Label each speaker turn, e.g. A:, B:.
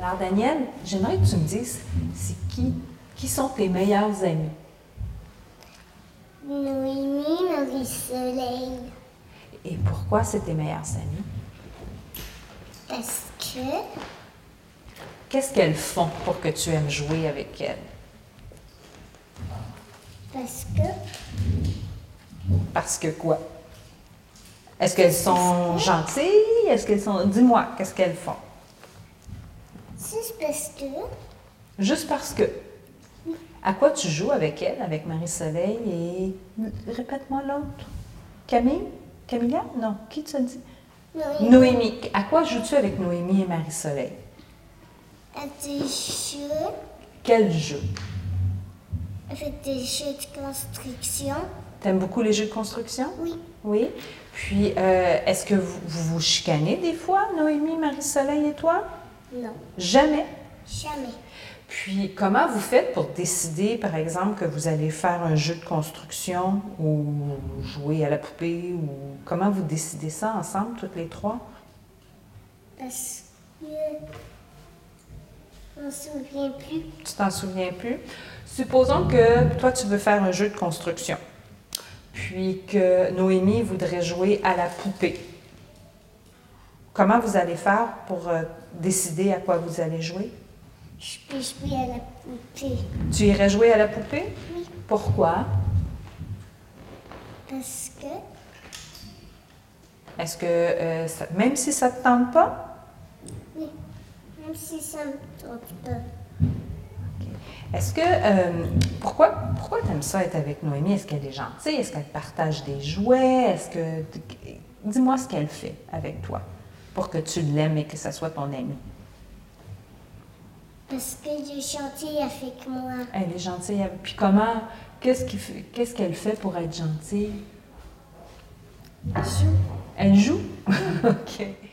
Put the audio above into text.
A: Alors, Daniel, j'aimerais que tu me dises, c'est qui, qui sont tes meilleurs amis?
B: Noémie, Marie-Soleil,
A: Et pourquoi c'est tes meilleurs amis?
B: parce que
A: Qu'est-ce qu'elles font pour que tu aimes jouer avec elles?
B: Parce que
A: Parce que quoi? Est-ce qu'elles sont gentilles? Est-ce qu'elles sont... Dis-moi, qu'est-ce qu'elles font?
B: c'est parce que
A: Juste parce que. À quoi tu joues avec elle, avec Marie-Soleil et. Répète-moi l'autre. Camille? Camilla? Non, qui tu as dit?
B: Noémie
A: Noémie. À quoi joues-tu avec Noémie et Marie-Soleil?
B: a des jeux,
A: Quel jeu?
B: a fait des jeux de construction.
A: T'aimes beaucoup les jeux de construction?
B: Oui,
A: Oui. Puis, euh, est-ce que vous, vous vous chicanez des fois, Noémie, Marie-Soleil et toi?
B: non,
A: Jamais.
B: jamais.
A: Puis, comment vous faites pour décider, par exemple, que vous allez faire un jeu de construction ou jouer à la poupée ou comment vous décidez ça ensemble, toutes les trois?
B: Parce que on ne se souvient plus.
A: Tu t'en souviens plus? Supposons que toi, tu veux faire un jeu de construction, puis que Noémie voudrait jouer à la poupée. Comment vous allez faire pour euh, décider à quoi vous allez jouer?
B: Je peux jouer à la poupée.
A: Tu irais jouer à la poupée?
B: Oui.
A: Pourquoi?
B: Parce que
A: Est-ce que, euh, ça- même si ça ne te tente pas,
B: oui, même si ça me tente pas.
A: Est-ce que. euh, pourquoi pourquoi tu aimes ça être avec Noémie? Est-ce qu'elle est gentille? Est-ce qu'elle partage des jouets? Est-ce que. Dis-moi ce qu'elle fait avec toi pour que tu l'aimes et que ça soit ton ami.
B: Parce que j'ai chanté avec moi.
A: Elle est gentille. avec- Puis comment. Qu'est-ce qu'il fait- qu'est-ce qu'elle fait pour être gentille?
B: Joue.
A: Elle joue? OK.